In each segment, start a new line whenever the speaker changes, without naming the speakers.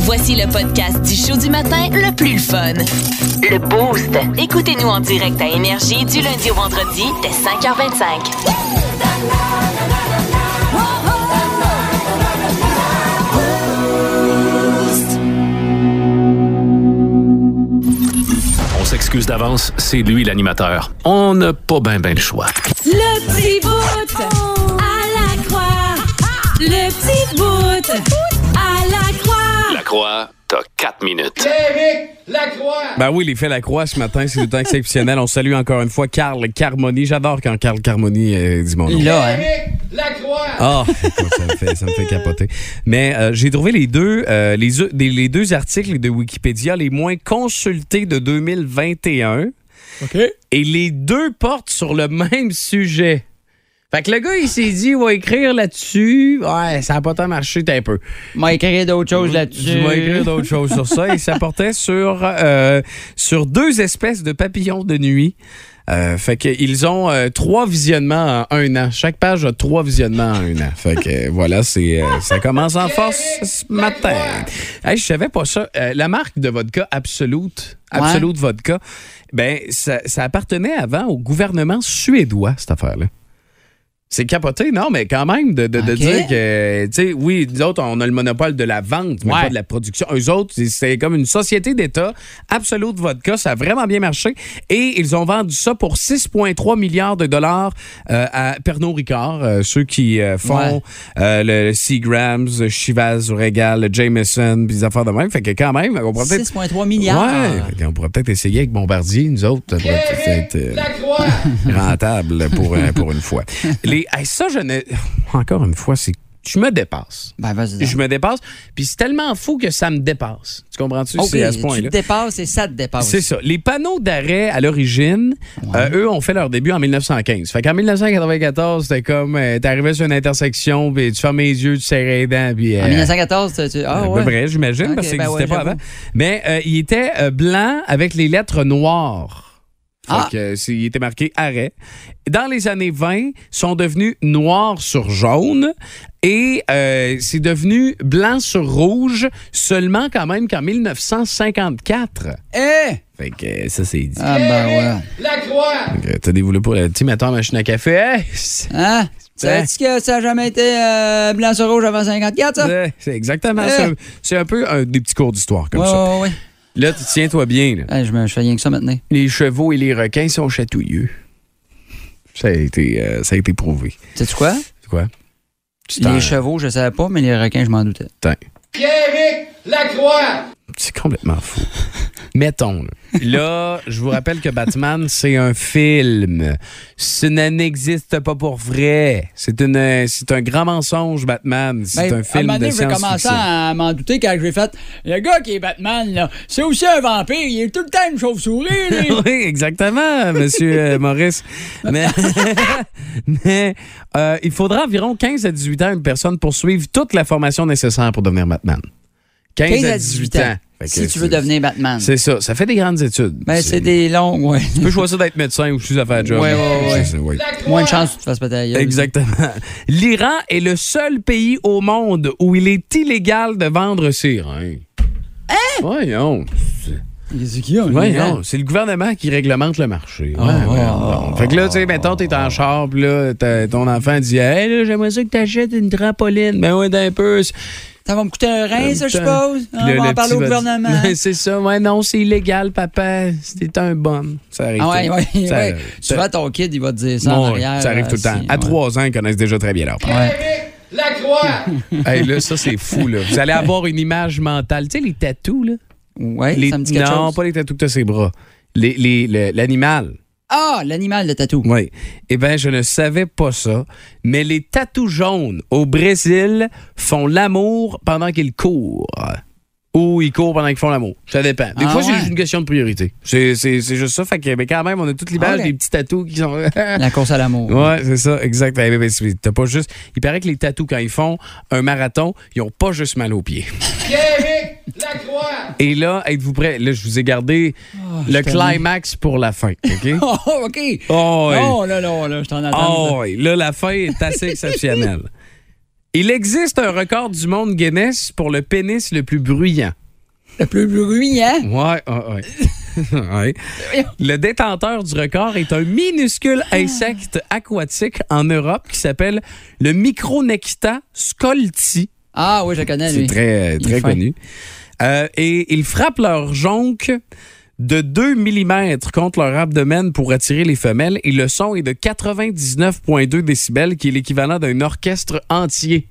Voici le podcast du show du matin le plus le fun. Le Boost. Écoutez-nous en direct à Énergie du lundi au vendredi dès 5h25.
On s'excuse d'avance, c'est lui l'animateur. On n'a pas ben ben le choix.
Le petit bout à la croix. Le petit bout à la croix.
La croix, t'as 4 minutes.
Ben oui, l'effet la croix ce matin, c'est du temps exceptionnel. On salue encore une fois Carl Carmoni. J'adore quand Carl Carmoni euh, dit mon nom.
Là, hein?
Ah, écoute, ça, me fait, ça me fait capoter. Mais euh, j'ai trouvé les deux, euh, les, eu- des- les deux articles de Wikipédia les moins consultés de 2021
OK.
et les deux portent sur le même sujet. Fait que le gars, il s'est dit, il va écrire là-dessus. Ouais, ça n'a pas tant marché, t'as un peu.
M'a écrit d'autres choses là-dessus.
Je vais écrire d'autres choses sur ça. Et ça portait sur, euh, sur deux espèces de papillons de nuit. Euh, fait qu'ils ont euh, trois visionnements en un an. Chaque page a trois visionnements en un an. Fait que euh, voilà, c'est euh, ça commence en force ce matin. Hey, je savais pas ça. Euh, la marque de vodka Absolute,
Ouais.
Absolute Vodka, ben ça, ça appartenait avant au gouvernement suédois cette affaire-là. C'est capoté, non, mais quand même, de, de- de
Ok.
dire que, tu sais, oui, nous autres, on a le monopole de la vente, mais
Ouais.
pas de la production. Eux autres, c'est- c'est comme une société d'État, Absolute Vodka, ça a vraiment bien marché. Et ils ont vendu ça pour 6,3 milliards de dollars euh, à Pernod Ricard, euh, ceux qui euh, font
Ouais.
euh, le Seagrams, le Chivas Regal, le Jameson, puis des affaires de même. Fait que quand même, on pourrait peut-être...
6,3 milliards.
Ouais, fait qu'on pourrait peut-être essayer avec Bombardier, nous autres. Ça pourrait peut-être être, euh, rentable pour, euh, pour une fois. Les, hey, ça, je ne. Encore une fois, c'est. Je me dépasse.
Ben, vas-y. donc.
Je me dépasse. Puis c'est tellement fou que ça me dépasse. Tu comprends-tu?
OK,
C'est à ce
Oh, tu te
point-là.
dépasses et ça te dépasse.
C'est ça. Les panneaux d'arrêt à l'origine, euh, eux ont fait leur début en 1915. Fait qu'en 1994, c'était comme euh, t'arrivais sur une intersection, puis tu fermais les yeux, tu serrais les dents, puis.
En
euh,
1914, tu- tu. Ah,
à peu
ouais.
près, j'imagine, parce que ça
Ok, ben
n'existait
ouais,
pas
j'avoue.
avant. Mais euh, il était euh, blanc avec les lettres noires. Fait
Ah.
que, euh, c'est- il était marqué arrêt. Dans les années 20, sont devenus noirs sur jaune et euh, c'est devenu blanc sur rouge seulement quand même qu'en 1954.
Eh!
Fait que euh, ça, c'est dit.
Ah, ben, ouais.
Fait que T'as dévoilé pour le petit metteur machine à café. Hey, c'est-
Hein? Savais-tu que ça n'a jamais été euh, blanc sur rouge avant 54, ça?
euh, c'est c'est exactement
Eh.
ça. C'est un peu un des petits cours d'histoire comme
Ouais,
ça.
ouais, ouais.
Là, tu- tiens-toi bien. là.
Eh, je, me, je fais rien que ça maintenant.
les chevaux et les requins sont chatouilleux. Ça a été, euh, ça a été prouvé.
Sais-tu quoi?
C'est quoi? Tu t'en-
Hein? Les chevaux, je savais pas, mais les requins, je m'en doutais.
Putain. C'est complètement fou. Mettons. Là, Là, je vous rappelle que Batman, c'est un film. Ça n'existe pas pour vrai. C'est une, euh, c'est un grand mensonge, Batman. C'est
Ben,
un
à un
film
moment donné,
de
j'ai commencé
science-fiction.
à m'en douter quand j'ai fait le gars qui est Batman, là, c'est aussi un vampire, il est tout le temps une chauve-souris. lui.
Oui, exactement, Monsieur euh, Maurice. Mais, mais, euh, il faudra environ 15 à 18 ans à une personne pour suivre toute la formation nécessaire pour devenir Batman. 15, à 18 ans. Fait que
Si tu
c'est-
veux devenir Batman.
C'est ça, ça fait des grandes études.
Ben, c'est des longues, ouais.
Tu peux choisir d'être médecin ou juste à faire job.
Ouais, ouais, ouais.
Je sais, ouais.
Moins de chance que tu te fasses péter la gueule.
Exactement. L'Iran est le seul pays au monde où il est illégal de vendre ses reins. Hein? Voyons.
Qu'est-ce qu'il y a, on
Oui,
est là?
non, c'est le gouvernement qui réglemente le marché. Ouais,
Oh.
ouais, ah, bon. Fait que là, tu sais, mettons, t'es en char, pis là, t'as- ton enfant dit Hey, là, j'aimerais ça que t'achètes une trampoline. Ben ouais, d'un peu.
Ça va me coûter un rein, ça, je
Putain.
suppose. hein,
Puis
On
le-
va
le
en parler
petit
au
va dire,
gouvernement.
Ben, c'est ça, ouais, non, c'est illégal, papa. C'était un bon. Ça arrive.
Ah, ouais,
tout.
ouais,
Ça-
ouais.
ça-
Souvent, ton kid, il va te dire ça en
Bon,
arrière.
ça arrive tout le temps.
si,
À
ouais.
trois ans, ils connaissent déjà très bien leur père.
Ouais.
Hey, là, ça, c'est fou, là. Vous allez avoir une image mentale. Tu sais, les tatous, là.
Ouais,
Les-
ça me dit quelque
non,
chose.
pas les tatous que t'as ses bras. Les- les- le- L'animal.
Ah, l'animal de tatou.
Oui. Eh bien, je ne savais pas ça, mais les tatous jaunes au Brésil font l'amour pendant qu'ils courent. ou ils courent pendant qu'ils font l'amour. Ça dépend. Des
Ah
fois, c'est
ouais.
juste une question de priorité. C'est c'est- c'est juste ça. Fait que, mais quand même, on a toute l'image
Ah ouais.
des petits tatous qui sont.
La course à l'amour.
Ouais, c'est ça, exact. Eh, ben, c'est- T'as pas juste. Il paraît que les tatous, quand ils font un marathon, ils ont pas juste mal aux pieds. Et là, êtes-vous prêts? Là, je vous ai gardé le
Oh, je t'en ai.
climax pour la fin, OK?
Oh, OK.
Oh, oui.
Non, là, là, là, je t'en attends.
Oh, oui. là, la fin est assez exceptionnelle. Il existe un record du monde Guinness pour le pénis le plus bruyant.
Le plus bruyant.
Ouais, ouais, ouais. Ouais. Le détenteur du record est un minuscule
Ah.
insecte aquatique en Europe qui s'appelle le Micronecta scolti.
Ah oui, je le connais,
C'est
lui.
très, euh,
Il
très
est fin.
connu. Euh, et ils frappent leur jonque de 2 mm contre leur abdomen pour attirer les femelles et le son est de 99,2 décibels, qui est l'équivalent d'un orchestre entier.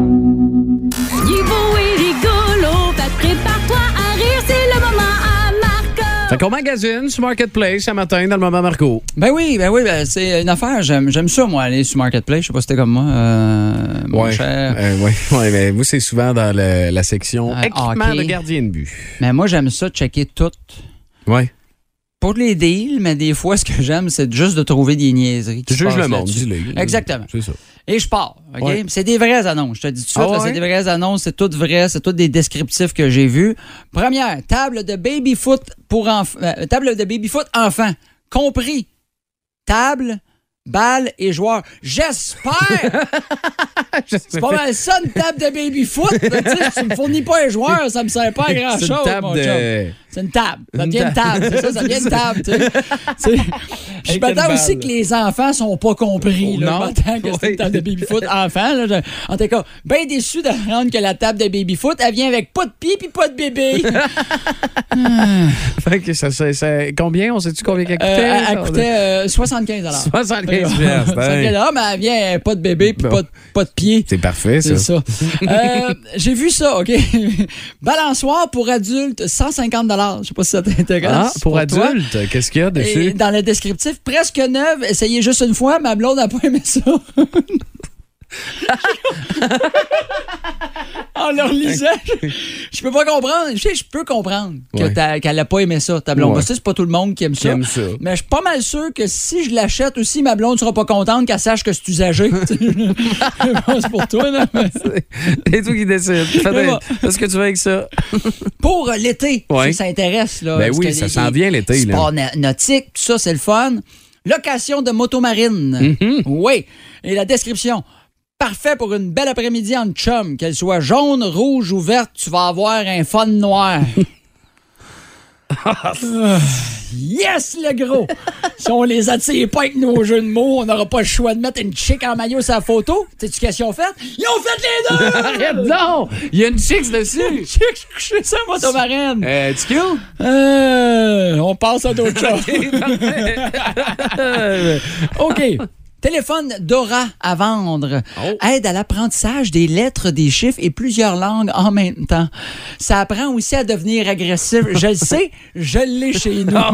Il est beau et rigolo, fait que prépare-toi à rire, c'est le moment à Marco.
Fait qu'on magasine sur Marketplace ce matin dans le moment Marco.
Ben oui, ben oui, ben c'est une affaire. J'aime, j'aime ça, moi, aller sur Marketplace. Je sais pas si t'es comme moi, euh, mon cher.
Euh, ouais, ouais, mais vous, c'est souvent dans le- la section
Euh,
équipement
hockey.
de gardien de but.
Mais moi, j'aime ça, checker tout.
Ouais.
Pour les deals, mais des fois, ce que j'aime, c'est juste de trouver des niaiseries. qui
Tu
se
juges
passent
le monde,
là-dessus.
dis-le.
Exactement.
C'est ça.
Et je pars. OK?
Ouais.
C'est des vraies annonces. Je te dis tout de suite,
Ah
là,
ouais?
c'est des vraies annonces. C'est tout vrai. C'est tout des descriptifs que j'ai vus. Première, table de baby-foot pour enfants. table de baby-foot enfant. Compris. Table, balle et joueur. J'espère! c'est pas mal ça, une table de baby-foot. Tu sais, si tu me fournis pas un joueur, ça me sert pas à
C'est une
grand-chose, mon
table
chum.
de...
C'est une table. Ça
Une
devient une
table.
table. C'est ça, ça devient une table. tu sais. Tu sais. Je
Avec une
m'attends aussi
balle.
que les enfants sont pas compris.
Oh,
là.
non.
Je m'attends que c'est
Oui.
une table de baby-foot enfant. là. Je- En tout cas, bien déçu d'apprendre que la table de baby-foot, elle vient avec pas de pied puis pas de bébé. Euh,
Fait que ça, ça- ça- Combien? On sait-tu combien qu'elle coûtait?
elle,
ça?
elle coûtait euh, 75
75 piastres, hein.
75 mais elle vient euh, pas de bébé puis
Bon.
pas, de- pas de pied.
C'est parfait, ça.
C'est ça. Euh, J'ai vu ça, OK. Balançoire pour adultes, 150 Je sais pas si ça t'intéresse.
Ah, pour,
toi.
adultes, qu'est-ce qu'il y a
Et
dessus?
dans le descriptif, presque neuve, essayez juste une fois, ma blonde n'a pas aimé ça. en leur lisant, je, je peux pas comprendre. Je sais, je peux comprendre que
Ouais.
t'as- qu'elle n'a pas aimé ça, ta blonde.
Ouais.
Parce que c'est pas tout le monde qui aime ça.
aime ça.
Mais je suis pas mal sûr que si je l'achète aussi, ma blonde sera pas contente qu'elle sache que c'est usagé. Bon, c'est pour toi, là. mais-
C'est toi qui décides.
Fais-
Fais ce que tu veux avec ça.
pour l'été.
Ouais.
si Ça s'intéresse. là.
Ben
parce
oui,
que
ça
les-
s'en
les
vient l'été, là.
Sports na- nautiques, tout ça, c'est le fun. Location de moto marine.
Mm-hmm.
Oui. Et la description. Parfait pour une belle après-midi en chum. Qu'elle soit jaune, rouge ou verte, tu vas avoir un fun noir. Ah, yes, le gros! Si on les attire pas avec nos jeux de mots, on n'aura pas le choix de mettre une chick en maillot sur la photo. T'es-tu question faite? Ils ont fait les deux!
Arrête donc! Il y a une chicks dessus!
chick, je suis couché sur la moto marine.
Euh, tu cool?
Euh, on passe à d'autres choses. OK. Téléphone Dora à vendre.
Oh.
Aide à l'apprentissage des lettres, des chiffres et plusieurs langues en même temps. Ça apprend aussi à devenir agressif. Je le sais, je l'ai chez nous.
Ah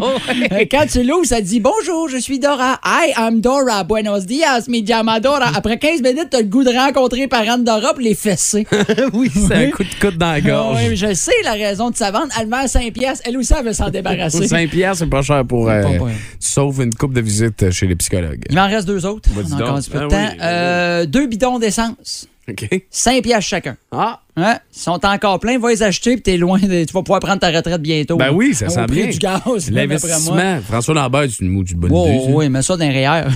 Euh, Quand tu l'ouvres, ça dit Bonjour, je suis Dora. Hi, I'm Dora. Buenos dias, mi llama Dora. Après 15 minutes, t'as le goût de rencontrer parents de Dora pour les fesser.
oui, c'est un coup de coude dans la
Ah
gorge.
oui, mais je sais la raison de sa vente. Elle vend 5 piastres. Elle aussi, elle veut s'en débarrasser.
5 piastres, c'est pas cher pour. euh,
pas cher.
tu sauves une coupe de visite euh, chez les psychologues.
Il m'en reste deux autres.
Bah, dis
On a encore
donc.
un petit peu de
Ah
temps.
oui,
Euh, deux bidons d'essence.
OK.
5 piastres chacun.
Ah!
Ouais, ils sont encore pleins. Va les acheter, puis t'es loin. de- tu vas pouvoir prendre ta retraite bientôt.
Ben oui, ça
Au
sent
prix
bien.
du gaz. là, d'après moi.
L'investissement. François Lambert, c'est une maudite bonne idée.
Wow,
ça.
oui, mais ça d'un REER.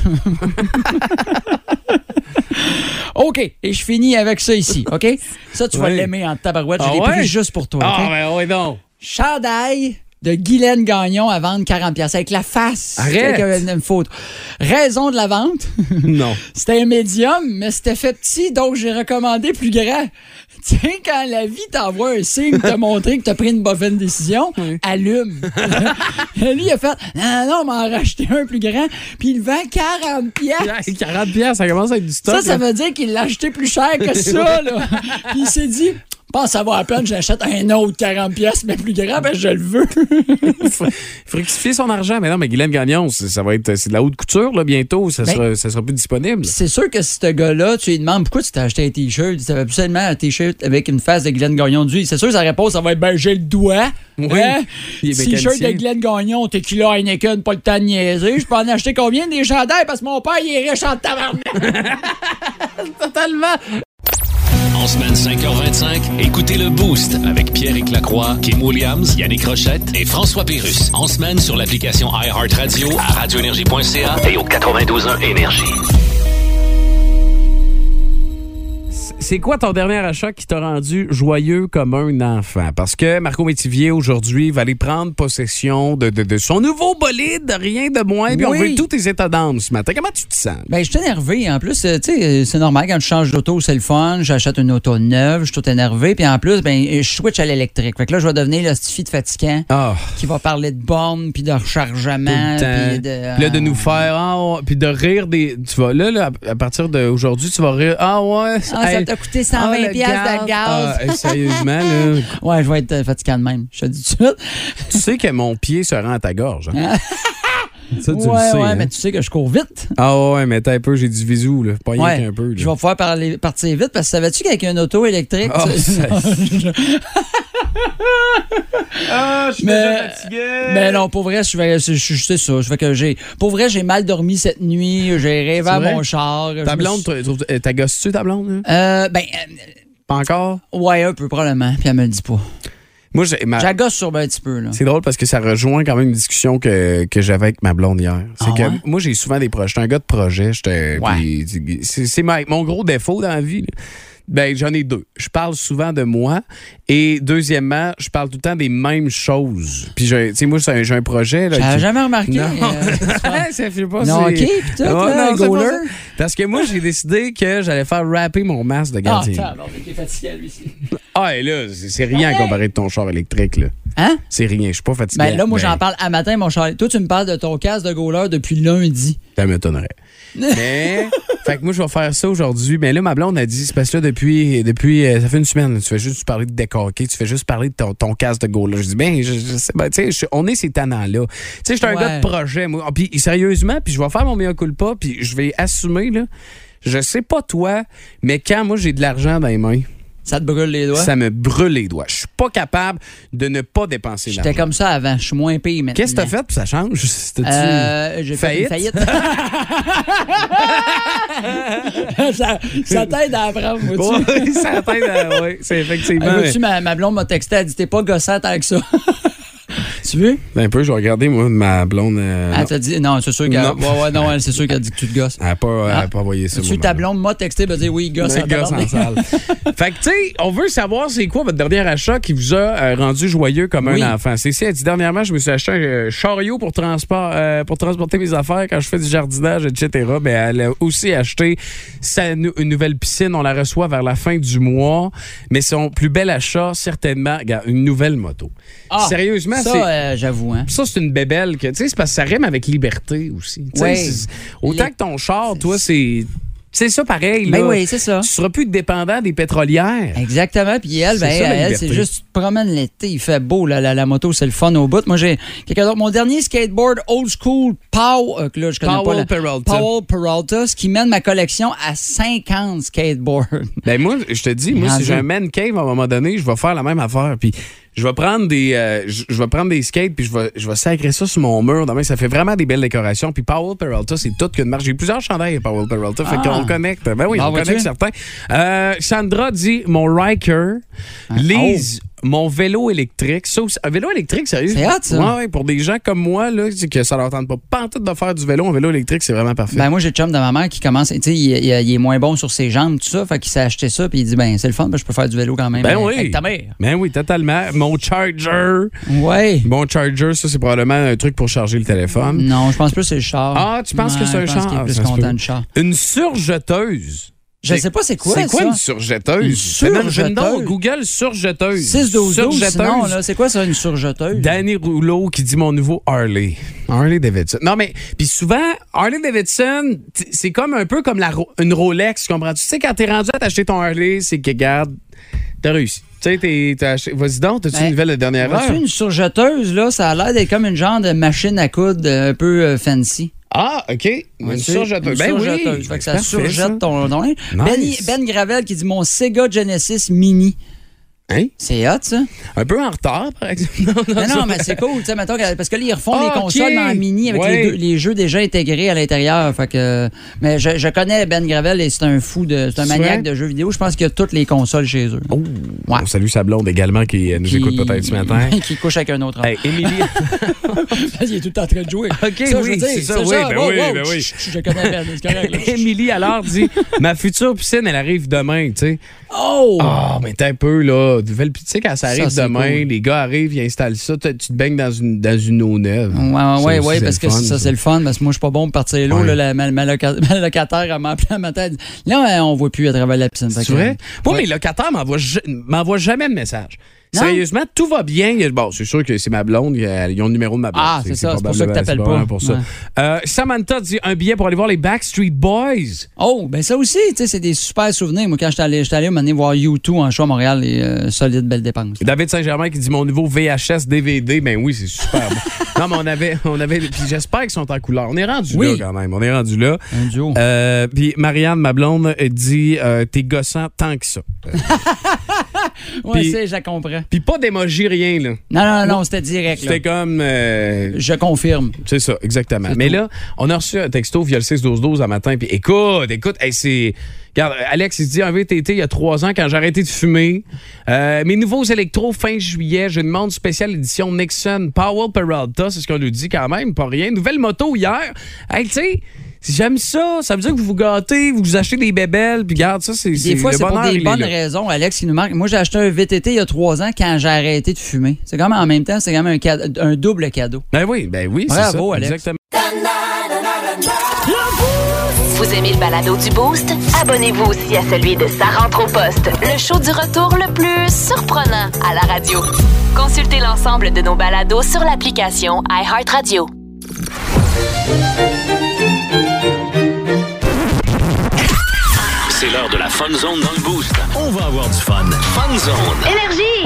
OK, et je finis avec ça ici, OK? Ça, tu vas
Oui.
l'aimer en tabarouette. Je
Ah
l'ai
ouais?
pris juste pour toi,
Ah,
OK?
ben oui, donc.
Chandail de Guylaine Gagnon à vendre 40 pièces avec la face.
Arrête!
Avec une- une faute. Raison de la vente.
Non.
C'était un médium, mais c'était fait petit, donc j'ai recommandé plus grand. Tu sais, quand la vie t'envoie un signe pour te montrer que t'as pris une bonne décision, allume. Lui, il a fait Ah non, m'en racheter un plus grand, puis il vend 40 pièces.
40 pièces, ça commence à être du stock.
Ça, ça
là.
veut dire qu'il l'a acheté plus cher que ça, là. Puis il s'est dit Je pense avoir à peine, j'achète un autre 40 pièces, mais plus grand, ben je le veux.
faut, faut rectifier son argent. Mais non, mais Guylaine Gagnon, c'est- ça va être c'est de la haute couture là, bientôt. Ça,
Ben-
sera, ça sera plus disponible.
Puis c'est sûr que si ce gars-là, tu lui demandes pourquoi tu t'es acheté un t-shirt, tu avais absolument un t-shirt avec une face de Glenn Gagnon dessus. C'est sûr que sa réponse, ça va être ben j'ai le doigt.
Oui.
Hein?
Il est
T-shirt de
mécanicien.
Glenn Gagnon, t'es kilo Heineken, pas le temps de niaiser. Je peux en acheter combien des chandails parce que mon père, il est riche en tabarnak. Totalement.
En semaine 5h25, écoutez le Boost avec Pierre Lacroix, Kim Williams, Yannick Rochette et François Pérus. En semaine sur l'application iHeartRadio à radioénergie.ca et au 92.1 Énergie.
C'est quoi ton dernier achat qui t'a rendu joyeux comme un enfant? Parce que Marco Métivier, aujourd'hui, va aller prendre possession de, de- de son nouveau bolide, rien de moins. Puis on
Oui.
veut tous tes états d'âme ce matin. Comment tu te sens?
Ben, je suis énervé. En plus, euh, tu sais, euh, c'est normal quand je change d'auto, c'est le fun. J'achète une auto neuve, je suis tout énervé. Puis en plus, ben, je switch à l'électrique. Fait que là, je vais devenir le stifi de fatigant.
Ah,
qui va parler de bornes, puis de
tout
rechargement,
le temps.
puis de... euh,
Puis là, de nous faire. Ah, ouais, puis de rire des. Tu vas, là, là, à partir d'aujourd'hui, tu vas rire. Ah, ouais.
Ah, ça
hey,
t'a coûté
ah,
120
le
pièces de gaz.
Ah, hey, sérieusement, là,
Ouais, je vais être euh, fatiguant de même, je te dis tout de suite.
tu sais que mon pied se rend à ta gorge. hein? ça, tu
ouais,
le sais.
ouais,
hein?
mais tu sais que je cours vite.
Ah, ouais, mais t'as un peu, j'ai du visou, là. Pas rien
Ouais,
Ben, qu'un peu. là.
je vais pouvoir parler, partir vite, parce que savais-tu qu'avec une auto électrique...
Ah,
tu-
ça-
mais, mais non, pour vrai, je vais- je- je- je sais ça. Je fais que j'ai... Pour vrai, j'ai mal dormi cette nuit, j'ai rêvé à
vrai?
mon char. je
Ta
me
blonde,
suis-
tu trouves- euh, ta gosse-tu, ta blonde? là?
Euh, ben, euh,
Pas encore?
ouais, un peu, probablement, puis elle me le dit pas.
Moi, j'ai- ma-
J'agosse sur ben un petit peu, là.
Ah. c'est drôle parce que ça rejoint quand même une discussion que, que j'avais avec ma blonde hier. C'est
Ah
que
ouais?
moi, j'ai souvent des projets. J'étais un gars de projet. J'étais-
Ouais.
puis C'est c'est ma- mon gros défaut dans la vie. là. Ben, j'en ai deux. Je parle souvent de moi. Et deuxièmement, je parle tout le temps des mêmes choses. Puis, je- tu sais, moi, j'ai un- j'ai un projet. là,
J'avais
qui-
jamais remarqué.
Non.
euh,
ça fait pas
Non,
c'est-
ok, pis tout,
Ah,
là,
non, c'est pas
goaler.
ça. Parce que moi, j'ai décidé que j'allais faire rapper mon masque de
Ah,
gardien.
tabarnak, il est fatigué, lui.
Ah, et là, c'est c'est rien comparé de ton char électrique, là.
Hein?
C'est rien, je suis pas fatigué.
Ben là, moi, j'en parle à matin, mon Charlie. Toi, tu me parles de ton casque de goaler depuis lundi.
Ça m'étonnerait. Mais, fait que moi, je vais faire ça aujourd'hui. Mais là, ma blonde a dit, c'est parce que là, depuis, depuis euh, ça fait une semaine, tu fais juste parler de décorquer, tu fais juste parler de ton, ton casque de goaler. Je dis, ben, je, je sais, ben, tu sais, je- on est ces tannants-là. Tu sais, je suis un
Ouais.
gars de projet, moi. Ah, Puis, sérieusement, puis je vais faire mon meilleur culpa, puis je vais assumer, là. Je sais pas toi, mais quand moi, j'ai de l'argent dans les mains,
Ça te brûle les doigts?
ça me brûle les doigts. Je suis pas capable de ne pas dépenser
J'étais
l'argent.
comme ça avant. Je suis moins payé maintenant.
Qu'est-ce que t'as fait pour ça change? C'était-tu-
Euh, j'ai fait une
Faillite?
faillite. ça ça t'aide à apprendre, vois-tu?
Ouais, ça atteint, euh, ouais, c'est effectivement.
Euh, vois-tu, ma, ma blonde m'a texté, elle dit T'es pas gossant tant que ça. tu veux?
Un peu, je vais regarder, moi, ma blonde. euh,
Elle
Ben non.
t'a dit Non, c'est sûr qu'elle.
Non. Ah,
Ouais, ouais, non, elle, c'est sûr qu'elle dit que tu te gosses.
Elle n'a pas, elle a pas envoyé ça.
Tu
moi,
Ah. ta
ma blonde.
blonde m'a texté, elle m'a dit Oui, il gosse
Le
en
ben gosse en
tabarnak.
salle. fait que, tu sais, on veut savoir c'est quoi votre dernier achat qui vous a euh, rendu joyeux comme
Oui.
un enfant. Cécile a dit dernièrement, je me suis acheté un euh, chariot pour, transport, euh, pour transporter mes affaires quand je fais du jardinage, etc. Mais elle a aussi acheté sa nou- une nouvelle piscine. On la reçoit vers la fin du mois. Mais son plus bel achat, certainement, regarde, une nouvelle moto.
Ah,
Sérieusement, c'est.
Ça, euh, j'avoue, hein.
Ça, c'est une bébelle que, tu sais, c'est parce que ça rime avec liberté aussi. Tu sais,
Ouais.
c'est- Autant
Les-
que ton char, toi, c'est. C'est ça pareil, là.
Ben oui, c'est ça.
Tu seras plus dépendant des pétrolières.
Exactement. Puis elle,
C'est
ben,
ça, la
elle,
liberté.
c'est juste, tu te promènes l'été, il fait beau, là, la, la moto, c'est le fun au bout. Moi, j'ai quelqu'un d'autre. Mon dernier skateboard old school, Pow, euh, que là, je connais
Powell
pas. la-
Peralta.
Powell Peralta, ce qui mène ma collection à 50 skateboards.
Ben moi, je te dis, moi,
Rendu.
si j'ai un man cave à un moment donné, je vais faire la même affaire. Puis je vais prendre des, euh, je je vais prendre des skates, puis je vais, je vais sacrer ça sur mon mur. Demain, ça fait vraiment des belles décorations. Puis Powell Peralta, c'est tout qu'une marque. J'ai plusieurs chandails Powell Peralta, fait qu'on connecte. Ben oui,
Ah, vois-tu? Ah,
on
oh.
connecte certains. Euh, Sandra dit mon Riker. Lise mon vélo électrique. Ça aussi- un vélo électrique, sérieux?
C'est hot, ça.
Ouais, ouais, pour des gens comme moi, là, c'est que ça leur tente pas pantoute de faire du vélo, un vélo électrique, c'est vraiment parfait.
Ben moi, j'ai le chum de ma mère qui commence, tu sais, il, il- il est moins bon sur ses jambes, tout ça, fait qu'il s'est acheté ça, puis il dit, ben c'est le fun, ben, je peux faire du vélo quand même.
Ben
euh,
oui.
Avec ta mère.
Ben oui, totalement. Mon charger.
Ouais.
Mon charger, ça, c'est probablement un truc pour charger le téléphone.
Non, je pense plus que c'est le char.
Ah, tu penses
Ouais,
que c'est un
Je pense
char?
qu'il est plus
Ça se
content
peut.
du char.
Une surjeteuse.
Je sais pas c'est quoi,
C'est quoi
ça?
une surjeteuse?
Une
Demande- je- non,
surjeteuse?
Google surjeteuse.
6 12 12
Surjeteuse.
sinon, là, c'est quoi ça, une surjeteuse?
Danny Rouleau qui dit mon nouveau Harley. Harley Davidson. Non, mais, puis souvent, Harley Davidson, t- c'est comme un peu comme la, Ro- une Rolex, comprends-tu? Tu sais, quand t'es rendu à t'acheter ton Harley, c'est que, garde, t'as réussi. Tu sais, t'es- t'as acheté. Vas-y donc, t'as-tu
Ben,
une nouvelle de dernière heure?
Vois-tu, une surjeteuse, là, ça a l'air d'être comme une genre de machine à coudre euh, un peu euh, fancy.
Ah, OK. une
Vois-tu?
surjeteuse.
Une
Ben oui.
surjeteuse. Fait que ça
Parfait, ça.
surjette ton, ton linge.
Nice.
Benny- Ben Gravel qui dit mon Sega Genesis Mini.
Hein?
C'est hot, ça?
Un peu en retard, par exemple. Non, non,
Non,
ça-
non, mais c'est cool. tu sais, mettons, que- parce que là, ils refont
Ah,
les consoles
ok.
en mini avec
Ouais.
les, deux- les jeux déjà intégrés à l'intérieur. Fait que, mais je, je connais Ben Gravel et c'est un fou, de, c'est un
C'est vrai?
maniaque de jeux vidéo. Je pense qu'il y a toutes les consoles chez eux.
Oh,
Ouais.
On salue sa blonde également qui euh, nous écoute
Qui-
peut-être ce matin.
qui couche avec un autre. homme.
Hey, Émilie.
Ah, Il est tout le temps en train de jouer.
OK,
Ça, je
oui,
veux dire,
c'est ça,
ce
oui,
genre,
ben
wow,
oui,
wow,
ben oui.
chut, chut, Je connais Ben, c'est correct. là.
Émilie alors dit ma future piscine elle arrive demain, tu sais.
Oh!
Ah, mais t'es un peu là, nouvelle piscine tu sais, quand ça arrive
c'est
demain,
cool.
les gars arrivent, ils installent ça, tu tu te baignes dans une dans une eau neuve.
Ouais,
Ça
ouais,
aussi,
ouais, parce
le
que
fun,
ça, c'est le fun, parce que moi, je suis pas bon pour partir l'eau.
Ouais.
là, la- Ma, ma loca- ma locataire, elle m'a appelé à ma tête. Là, hein, on voit plus à travers la piscine. Fait
C'est
que-
vrai? Moi,
Ouais.
mes locataires m'envoient ja- m'envoient jamais de message.
Non?
Sérieusement, tout va bien. Il y a- Bon, c'est sûr que c'est ma blonde. il y a- Ils ont le numéro de ma blonde.
Ah, c'est ça, c'est pour ça que
probablement-
t'appelles
c'est probablement
pas.
pour ça. Euh, Samantha dit un billet pour aller voir les Backstreet Boys.
Oh, ben ça aussi, tu sais, c'est des super souvenirs. Moi, quand j'étais allé, j'étais allé m'amener voir U2 en show à Montréal, et euh, solide belle dépense.
David Saint-Germain qui dit mon nouveau VHS DVD. Ben oui, c'est super. bon. Non, mais on avait. On avait puis j'espère qu'ils sont en couleur. On est rendu
Oui.
là quand même. On est rendu là.
Un duo.
Euh, puis Marianne, ma blonde, elle dit euh, T'es gossant tant que ça.
ouais,
puis-
c'est, je la comprends.
Puis pas d'émoji, rien, là.
Non, non, non, c'était direct. là.
C'était comme. euh,
Je confirme.
C'est ça, exactement. Mais là, on a reçu un texto via le 6-12-12 un matin, puis écoute, écoute, hey, c'est... Regarde, Alex, il dit un VTT il y a trois ans quand j'ai arrêté de fumer. Euh, mes nouveaux électros fin juillet, j'ai une montre spéciale édition Nixon Powell Peralta, c'est ce qu'on nous dit quand même, pas rien. Nouvelle moto hier. Hey, tu sais, j'aime ça, ça veut dire que vous vous gâtez, vous vous achetez des bébelles, puis regarde, ça, c'est
Des fois,
le
c'est pour
bonheur,
des
il est
bonnes
là.
raisons, Alex, qui nous marque. Moi, j'ai acheté un VTT il y a trois ans quand j'ai arrêté de fumer. C'est quand même en même temps, c'est quand même un, cade- un double cadeau.
Ben oui, ben oui, c'est ça.
Bravo, Alex.
Exactement.
Vous aimez le balado du Boost? Abonnez-vous aussi à celui de Sa rentre au poste, le show du retour le plus surprenant à la radio. Consultez l'ensemble de nos balados sur l'application iHeartRadio.
C'est l'heure de la Fun Zone dans le Boost. On va avoir du fun. Fun Zone.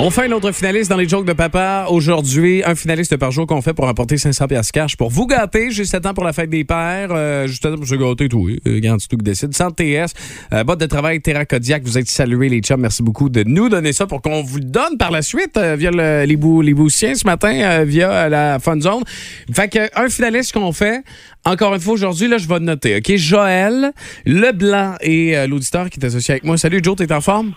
On fait un autre finaliste dans les jokes de papa. Aujourd'hui, un finaliste par jour qu'on fait pour apporter 500 piastres cash pour vous gâter. J'ai 7 ans pour la fête des pères. Euh, juste pour se gâter, tout. oui. Euh, Regarde, c'est tout qui décide. Sans TS, euh, botte de travail, Terra Kodiak, vous êtes salués, les chums. Merci beaucoup de nous donner ça pour qu'on vous le donne par la suite euh, via le- les, bou les Boussiens ce matin, euh, via euh, la Fun Zone. Fait que, euh, un finaliste qu'on fait, encore une fois aujourd'hui, là, je vais le noter. OK? Joël, Leblanc et euh, l'auditeur qui est associé avec moi. Salut, Joe, t'es en forme?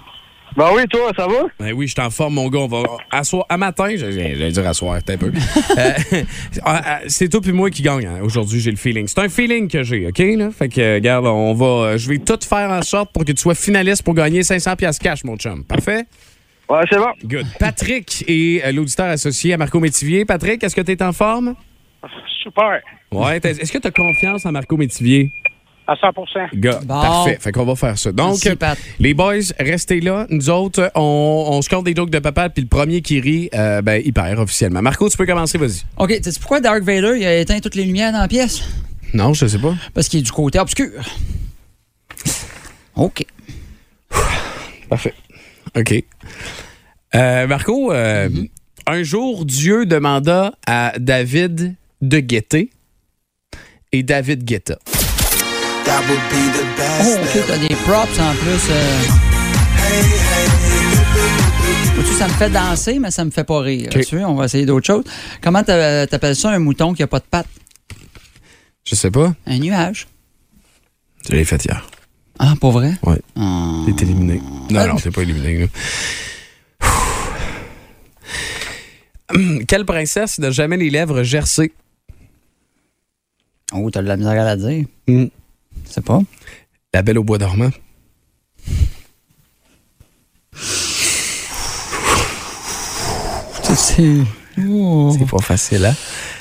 Ben oui, toi, ça va?
Ben oui, je t'en forme, mon gars. On va à, soir- à matin, je- j'allais dire à soir, t'es un peu. Euh, ah, ah, c'est toi puis moi qui gagne hein. aujourd'hui, j'ai le feeling. C'est un feeling que j'ai, OK? Là? Fait que, euh, regarde, on va, euh, je vais tout faire en sorte pour que tu sois finaliste pour gagner 500 pièces cash, mon chum. Parfait?
Ouais, c'est bon.
Good. Patrick est euh, l'auditeur associé à Marco Métivier. Patrick, est-ce que t'es en forme?
Super.
Ouais. t'es- Est-ce que t'as confiance en Marco Métivier?
À 100
Gars,
Bon.
parfait. Fait qu'on va faire ça. Donc,
Merci, Pat.
les boys, restez là. Nous autres, on, on se compte des jokes de papa, puis le premier qui rit, euh, ben, il perd officiellement. Marco, tu peux commencer, vas-y.
OK, tu sais pourquoi Dark Vader, il a éteint toutes les lumières dans la pièce?
Non, je sais pas.
Parce qu'il est du côté obscur. OK.
Parfait. OK. Euh, Marco, euh, un jour, Dieu demanda à David de guetter et David guetta.
Oh, OK, t'as des props en plus. euh. Vois-tu, ça me fait danser, mais ça me fait pas rire.
OK.
Tu sais, on va essayer d'autres choses. Comment t'a- t'appelles ça un mouton qui a pas de pattes?
Je sais pas.
Un nuage.
Tu l'as fait hier.
Ah, pas vrai?
Hmm. Ah, Ouais. T'es éliminé. Non, non, t'es pas éliminé. là. Hmm, Quelle princesse n'a jamais les lèvres gercées?
Oh, t'as de la misère à la dire.
Hmm.
Je sais pas.
La Belle au bois dormant.
C'est Oh.
C'est pas facile, hein?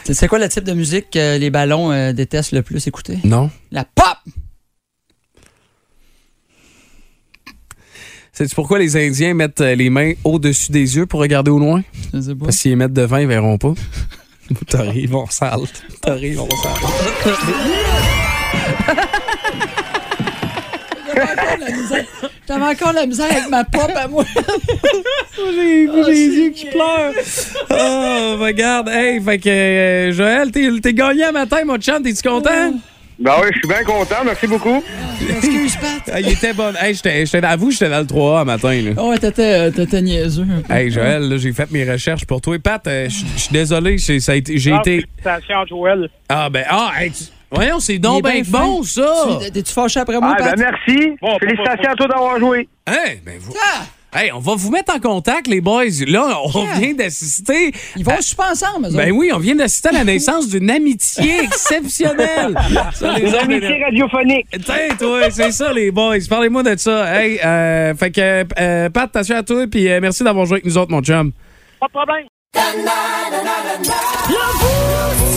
C'est- c'est quoi le type de musique que les ballons euh, détestent le plus écouter?
Non.
La pop!
C'est pourquoi les Indiens mettent euh, les mains au-dessus des yeux pour regarder au loin?
Je sais pas.
Parce qu'ils les mettent devant, ils verront pas. T'arrives, on salte. T'arrives, on salte.
J'avais encore la misère avec ma pop à moi.
J'ai les yeux qui pleurent. Oh, regarde. Hey, fait que euh, Joël, t'es t'es gagné à matin, mon chum. T'es-tu content?
Ben oui, je suis bien content, merci beaucoup.
Excuse, Pat.
Ah, il était bon. Hey, j'étais, j'étais- avoue, j'étais dans le 3A à matin, là.
Ouais, t'étais, euh, t'étais niaiseux. un peu.
Hey Joël, là, j'ai fait mes recherches pour toi. Pat, euh, je je suis désolé, j'ai ça a été-
Ah,
j'ai été.
Félicitations, Joël.
Ah ben ah, hey, tu- voyons, c'est
Il est
donc ben,
bien
bon
fin.
ça.
Tu- T'es-tu fâché après moi,
Ah, ben
Pat?
merci. Félicitations à toi d'avoir joué.
Hein, ben, vous-
Ah!
Hey, on va vous mettre en contact, les boys. Là, on
Yeah.
vient d'assister.
Ils vont
à-
super ensemble, eux
Ben
autres.
oui, on vient d'assister à la naissance d'une amitié exceptionnelle. Sur les
Une
ondes de-
amitié radiophonique.
Tiens, toi, c'est ça, les boys. Parlez-moi de ça. Hey, euh, fait que, euh, Pat, attention à toi, puis euh, merci d'avoir joué avec nous autres, mon chum.
Pas de problème.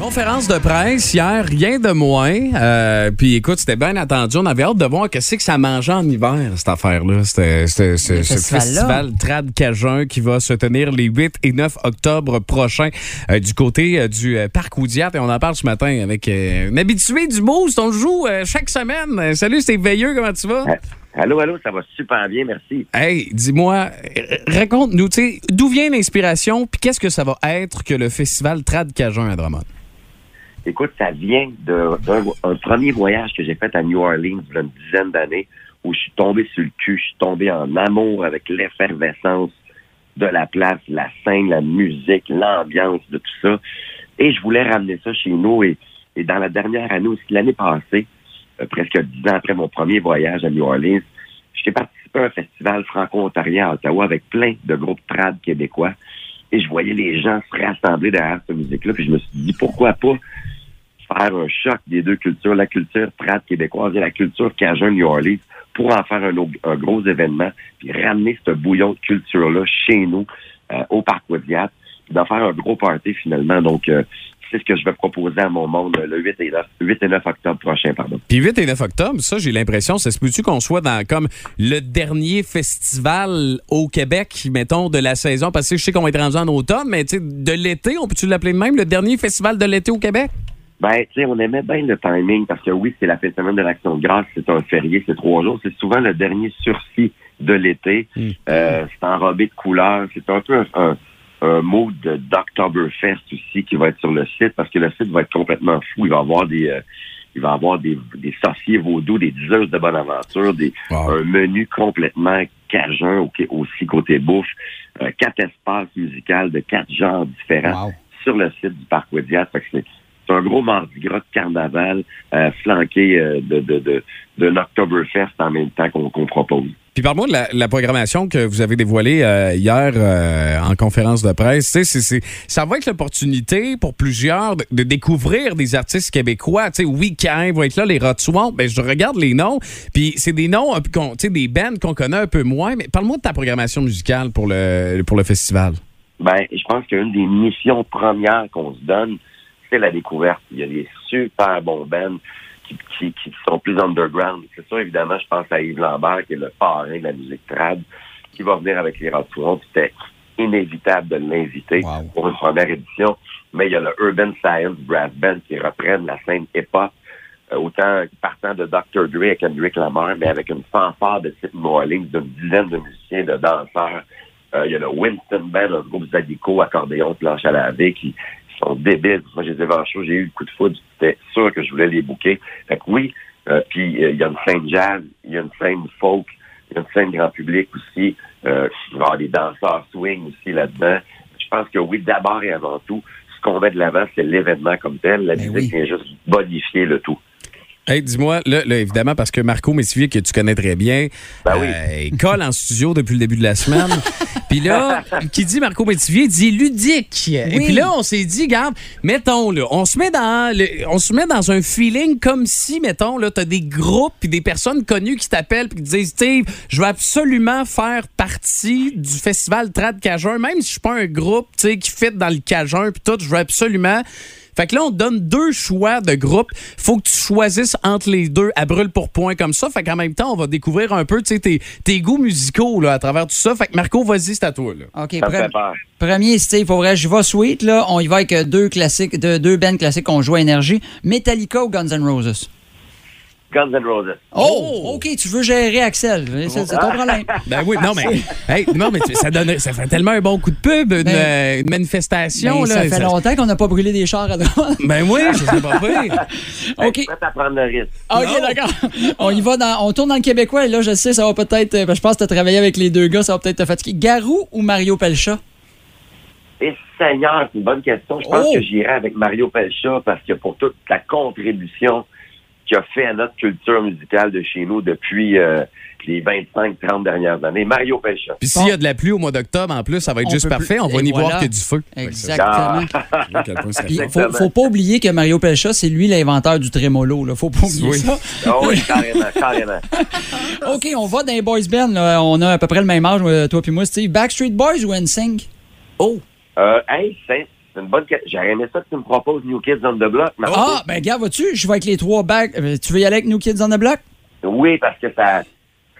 Conférence de presse hier, rien de moins. Euh, puis écoute, c'était bien attendu. On avait hâte de voir qu'est-ce que ça mangeait en hiver, cette affaire-là. C'était c'était- ce ce
festival-là.
festival Trad Cajun qui va se tenir les 8 et 9 octobre prochains euh, du côté euh, du euh, Parc Oudiat. Et on en parle ce matin avec euh, un habitué du Boost. On le joue euh, chaque semaine. Euh, salut, c'est Veilleux. Comment tu vas?
Allô, allô, ça va super bien, merci.
Hey, dis-moi, euh, raconte-nous, tu sais, d'où vient l'inspiration? Puis qu'est-ce que ça va être que le festival Trad Cajun à Drummond?
Écoute, ça vient de- d'un un premier voyage que j'ai fait à New Orleans il y a une dizaine d'années où je suis tombé sur le cul, je suis tombé en amour avec l'effervescence de la place, la scène, la musique, l'ambiance de tout ça. Et je voulais ramener ça chez nous. Et, et dans la dernière année aussi, l'année passée, euh, presque dix ans après mon premier voyage à New Orleans, j'ai participé à un festival franco-ontarien à Ottawa avec plein de groupes trad québécois. Et je voyais les gens se rassembler derrière cette musique-là. Puis je me suis dit, pourquoi pas faire un choc des deux cultures, la culture trad québécoise et la culture cajun New Orleans, pour en faire un, au- un gros événement, puis ramener ce bouillon de culture-là chez nous, euh, au Parc Ouadiat, puis d'en faire un gros party finalement. Donc, euh, c'est ce que je vais proposer à mon monde euh, le 8 et 9, 8 et 9 octobre prochain. Pardon.
Puis 8 et 9 octobre, ça, j'ai l'impression, ça se peut-tu qu'on soit dans comme le dernier festival au Québec, mettons, de la saison? Parce que je sais qu'on va être rendu en automne, mais tu sais, de l'été, on peut-tu l'appeler de même, le dernier festival de l'été au Québec?
Ben, tu sais, on aimait bien le timing parce que oui, c'est la fête semaine de l'Action de grâce, c'est un férié, c'est trois jours, c'est souvent le dernier sursis de l'été. Euh, c'est enrobé de couleurs, c'est un peu un, un, un mood de- d'Octoberfest aussi qui va être sur le site parce que le site va être complètement fou. Il va avoir des, euh, il va avoir des, des sorciers vaudous, des diseuses de bonne aventure, des, un menu complètement cajun au- aussi côté bouffe, euh, quatre espaces musicaux de quatre genres différents
Wow.
sur le site du Parc Ouadiat. Fait que C'est c'est un gros mardi gras de carnaval euh, flanqué euh, de, de, de, de l'Octoberfest en même temps qu'on qu'on propose.
Puis parle-moi de la, la programmation que vous avez dévoilée euh, hier euh, en conférence de presse. Tu sais, c'est- c'est- ça va être l'opportunité pour plusieurs de, de découvrir des artistes québécois. Tu sais, Weekend va être là, les Rotswamp. Ben, je regarde les noms, puis c'est des noms, un peu qu'on- tu sais, des bands qu'on connaît un peu moins. Mais parle-moi de ta programmation musicale pour le, pour le festival.
Ben, je pense qu'une des missions premières qu'on se donne, c'est la découverte. Il y a des super bons bands qui, qui, qui sont plus underground. C'est ça, évidemment, je pense à Yves Lambert, qui est le parrain de la musique trad, qui va venir avec les Rotourons. C'était inévitable de l'inviter
Wow.
pour une première édition. Mais il y a le Urban Science Brass Band qui reprennent la scène hip-hop, euh, autant partant de Dr. Dre et Kendrick Lamar, mais avec une fanfare de type New Orleans, d'une dizaine de musiciens, de danseurs. Euh, il y a le Winston Band, un groupe Zadico, accordéon, planche à laver, qui sont débiles. Moi, je les ai vus en show, j'ai eu le coup de foudre. C'était sûr que je voulais les bouquer. Fait que oui, euh, puis euh, il y a une scène jazz, il y a une scène folk, il y a une scène grand public aussi. Euh, il va y avoir des danseurs swing aussi là-dedans. Je pense que oui, d'abord et avant tout, qu'on met de l'avant, c'est l'événement comme tel. La
Ben
musique vient juste bonifier le tout.
Hey, dis-moi, là, là, évidemment, parce que Marco Messivier, que tu connais très bien, euh,
Ben oui.
il colle en studio depuis le début de la semaine. Puis là, qui dit Marco Métivier dit ludique. Et puis là, on s'est dit, garde, mettons, là, on se met dans le- on se met dans un feeling comme si, mettons, là, t'as des groupes puis des personnes connues qui t'appellent puis qui te disent, Steve, je veux absolument faire partie du festival Trad Cajun, même si je suis pas un groupe, tu sais, qui fit dans le Cajun puis tout, je veux absolument. Fait que là, on te donne deux choix de groupe. Faut que tu choisisses entre les deux à brûle pour point comme ça. Fait qu'en même temps, on va découvrir un peu tu sais, tes, tes goûts musicaux là, à travers tout ça. Fait que Marco, vas-y, c'est à toi. Là.
OK,
Ça me
pre-
fait peur.
premier, Steve, pour vrai, je vais sweet, là. On y va avec euh, deux classiques, deux, deux bands classiques qu'on joue à énergie. Metallica ou Guns N' Roses?
Guns N' Roses.
Oh! OK, tu veux gérer Axel. C'est c'est ton
Ah.
problème.
Ben oui, non, mais, hey, non, mais tu- ça, donne, ça fait tellement un bon coup de pub, une,
Ben-
euh, une manifestation.
Ben,
là,
ça fait longtemps qu'on n'a pas brûlé des chars à droite.
Ben oui, je sais pas pire.
OK.
Je suis prêt à prendre le risque.
OK, d'accord. On y va dans. On tourne dans le québécois et là, je sais, ça va peut-être. euh, ben, je pense que tu as travaillé avec les deux gars, ça va peut-être te fatiguer. Garou ou Mario Pelcha?
Et Seigneur, c'est une bonne question. Je pense
Oh!
que j'irai avec Mario Pelcha parce que pour toute la contribution qu'il a fait à notre culture musicale de chez nous depuis euh, les 25-30 dernières années, Mario Pelcha.
Puis s'il y a de la pluie au mois d'octobre, en plus, ça va être
On
juste
peut
parfait.
plus-
On va
Et
n'y
voilà.
voir que du feu.
Exactement.
Fait que ça- à quel point ça-
Puis, faut,
Ah, Exactement.
faut pas oublier que Mario Pelcha, c'est lui l'inventeur du trémolo. Là. Faut pas oublier
Oui.
ça.
Ah oui, carrément, carrément.
OK, on va dans les boys band. là. On a à peu près le même âge, euh, toi puis moi, Steve. Backstreet Boys ou NSYNC? Oh!
Euh, hey, c'est c'est une bonne question. J'aurais aimé ça que tu me proposes New Kids on the Block. Marco.
Ah, ben, gars, vas-tu? Je vais avec les trois back. euh, Tu veux y aller avec New Kids on the Block?
Oui, parce que ça,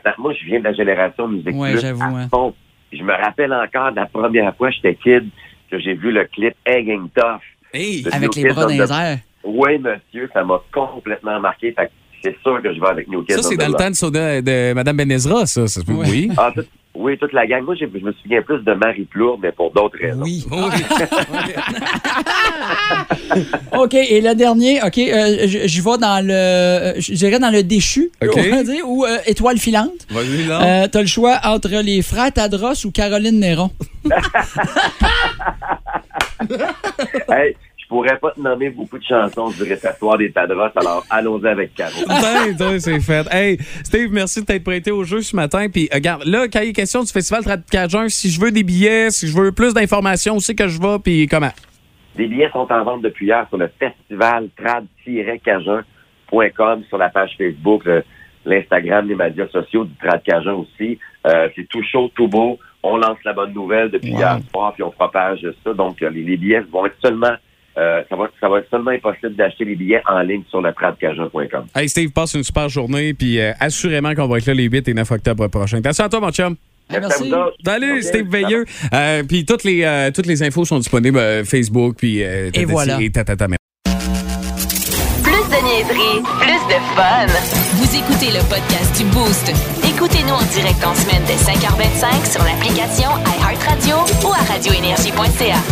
ça- Moi, je viens de la génération musique.
Ouais,
Plus
j'avoue,
à
hein.
fond. Je me rappelle encore de la première fois que j'étais kid que j'ai vu le clip Egging Tough.
Hey,
de
Avec les
New Kids
bras
on
dans les
the
airs.
Oui, monsieur, ça m'a complètement marqué. Fait que c'est sûr que je vais avec New Kids.
ça,
on
c'est
the
dans le
Block.
temps de, soda- de Mme Benezra, ça. ça se peut- Oui.
Ah, tout- oui, toute la gang. Moi, j'ai- je me souviens plus de Marie Plour, mais pour d'autres raisons.
Oui. OK, et le dernier, OK, euh, je je vais dans le. euh, Je dirais dans le déchu,
OK.
on va dire, ou euh, étoile filante.
Vas-y, là.
Euh, T'as le choix entre les frères Tadros ou Caroline Néron.
Hey, je pourrais pas te nommer beaucoup de chansons du répertoire des Tadros, alors allons-y avec Caro.
Putain, putain, c'est fait. Hey, Steve, merci de t'être prêté au jeu ce matin. Puis, euh, regarde, là, quand il est question du Festival Trad Cajun, si je veux des billets, si je veux plus d'informations, où c'est que je vais, puis comment?
Les billets sont en vente depuis hier sur le festival trad-cajun.com, sur la page Facebook, le- l'Instagram, les médias sociaux du Trad Cajun aussi. Euh, c'est tout chaud, tout beau. On lance la bonne nouvelle depuis hier soir, puis on propage ça. Donc, euh, les, les billets vont être seulement... euh, ça, va, ça va être seulement impossible d'acheter les billets en ligne sur le tradcajun.com.
Hey, Steve, passe une super journée, puis euh, assurément qu'on va être là les 8 et 9 octobre prochains. Attention à toi, mon chum.
Ah,
Merci à vous autres.
Salut,
Ok,
Steve
bye-bye.
Veilleux. Euh, puis toutes les, euh, toutes les infos sont disponibles euh, Facebook, puis euh, tatati-
voilà.
et tatata.
Plus de niaiserie, plus de fun. Vous écoutez le podcast du Boost. Écoutez-nous en direct en semaine dès 5h25 sur l'application iHeartRadio ou à radioénergie.ca.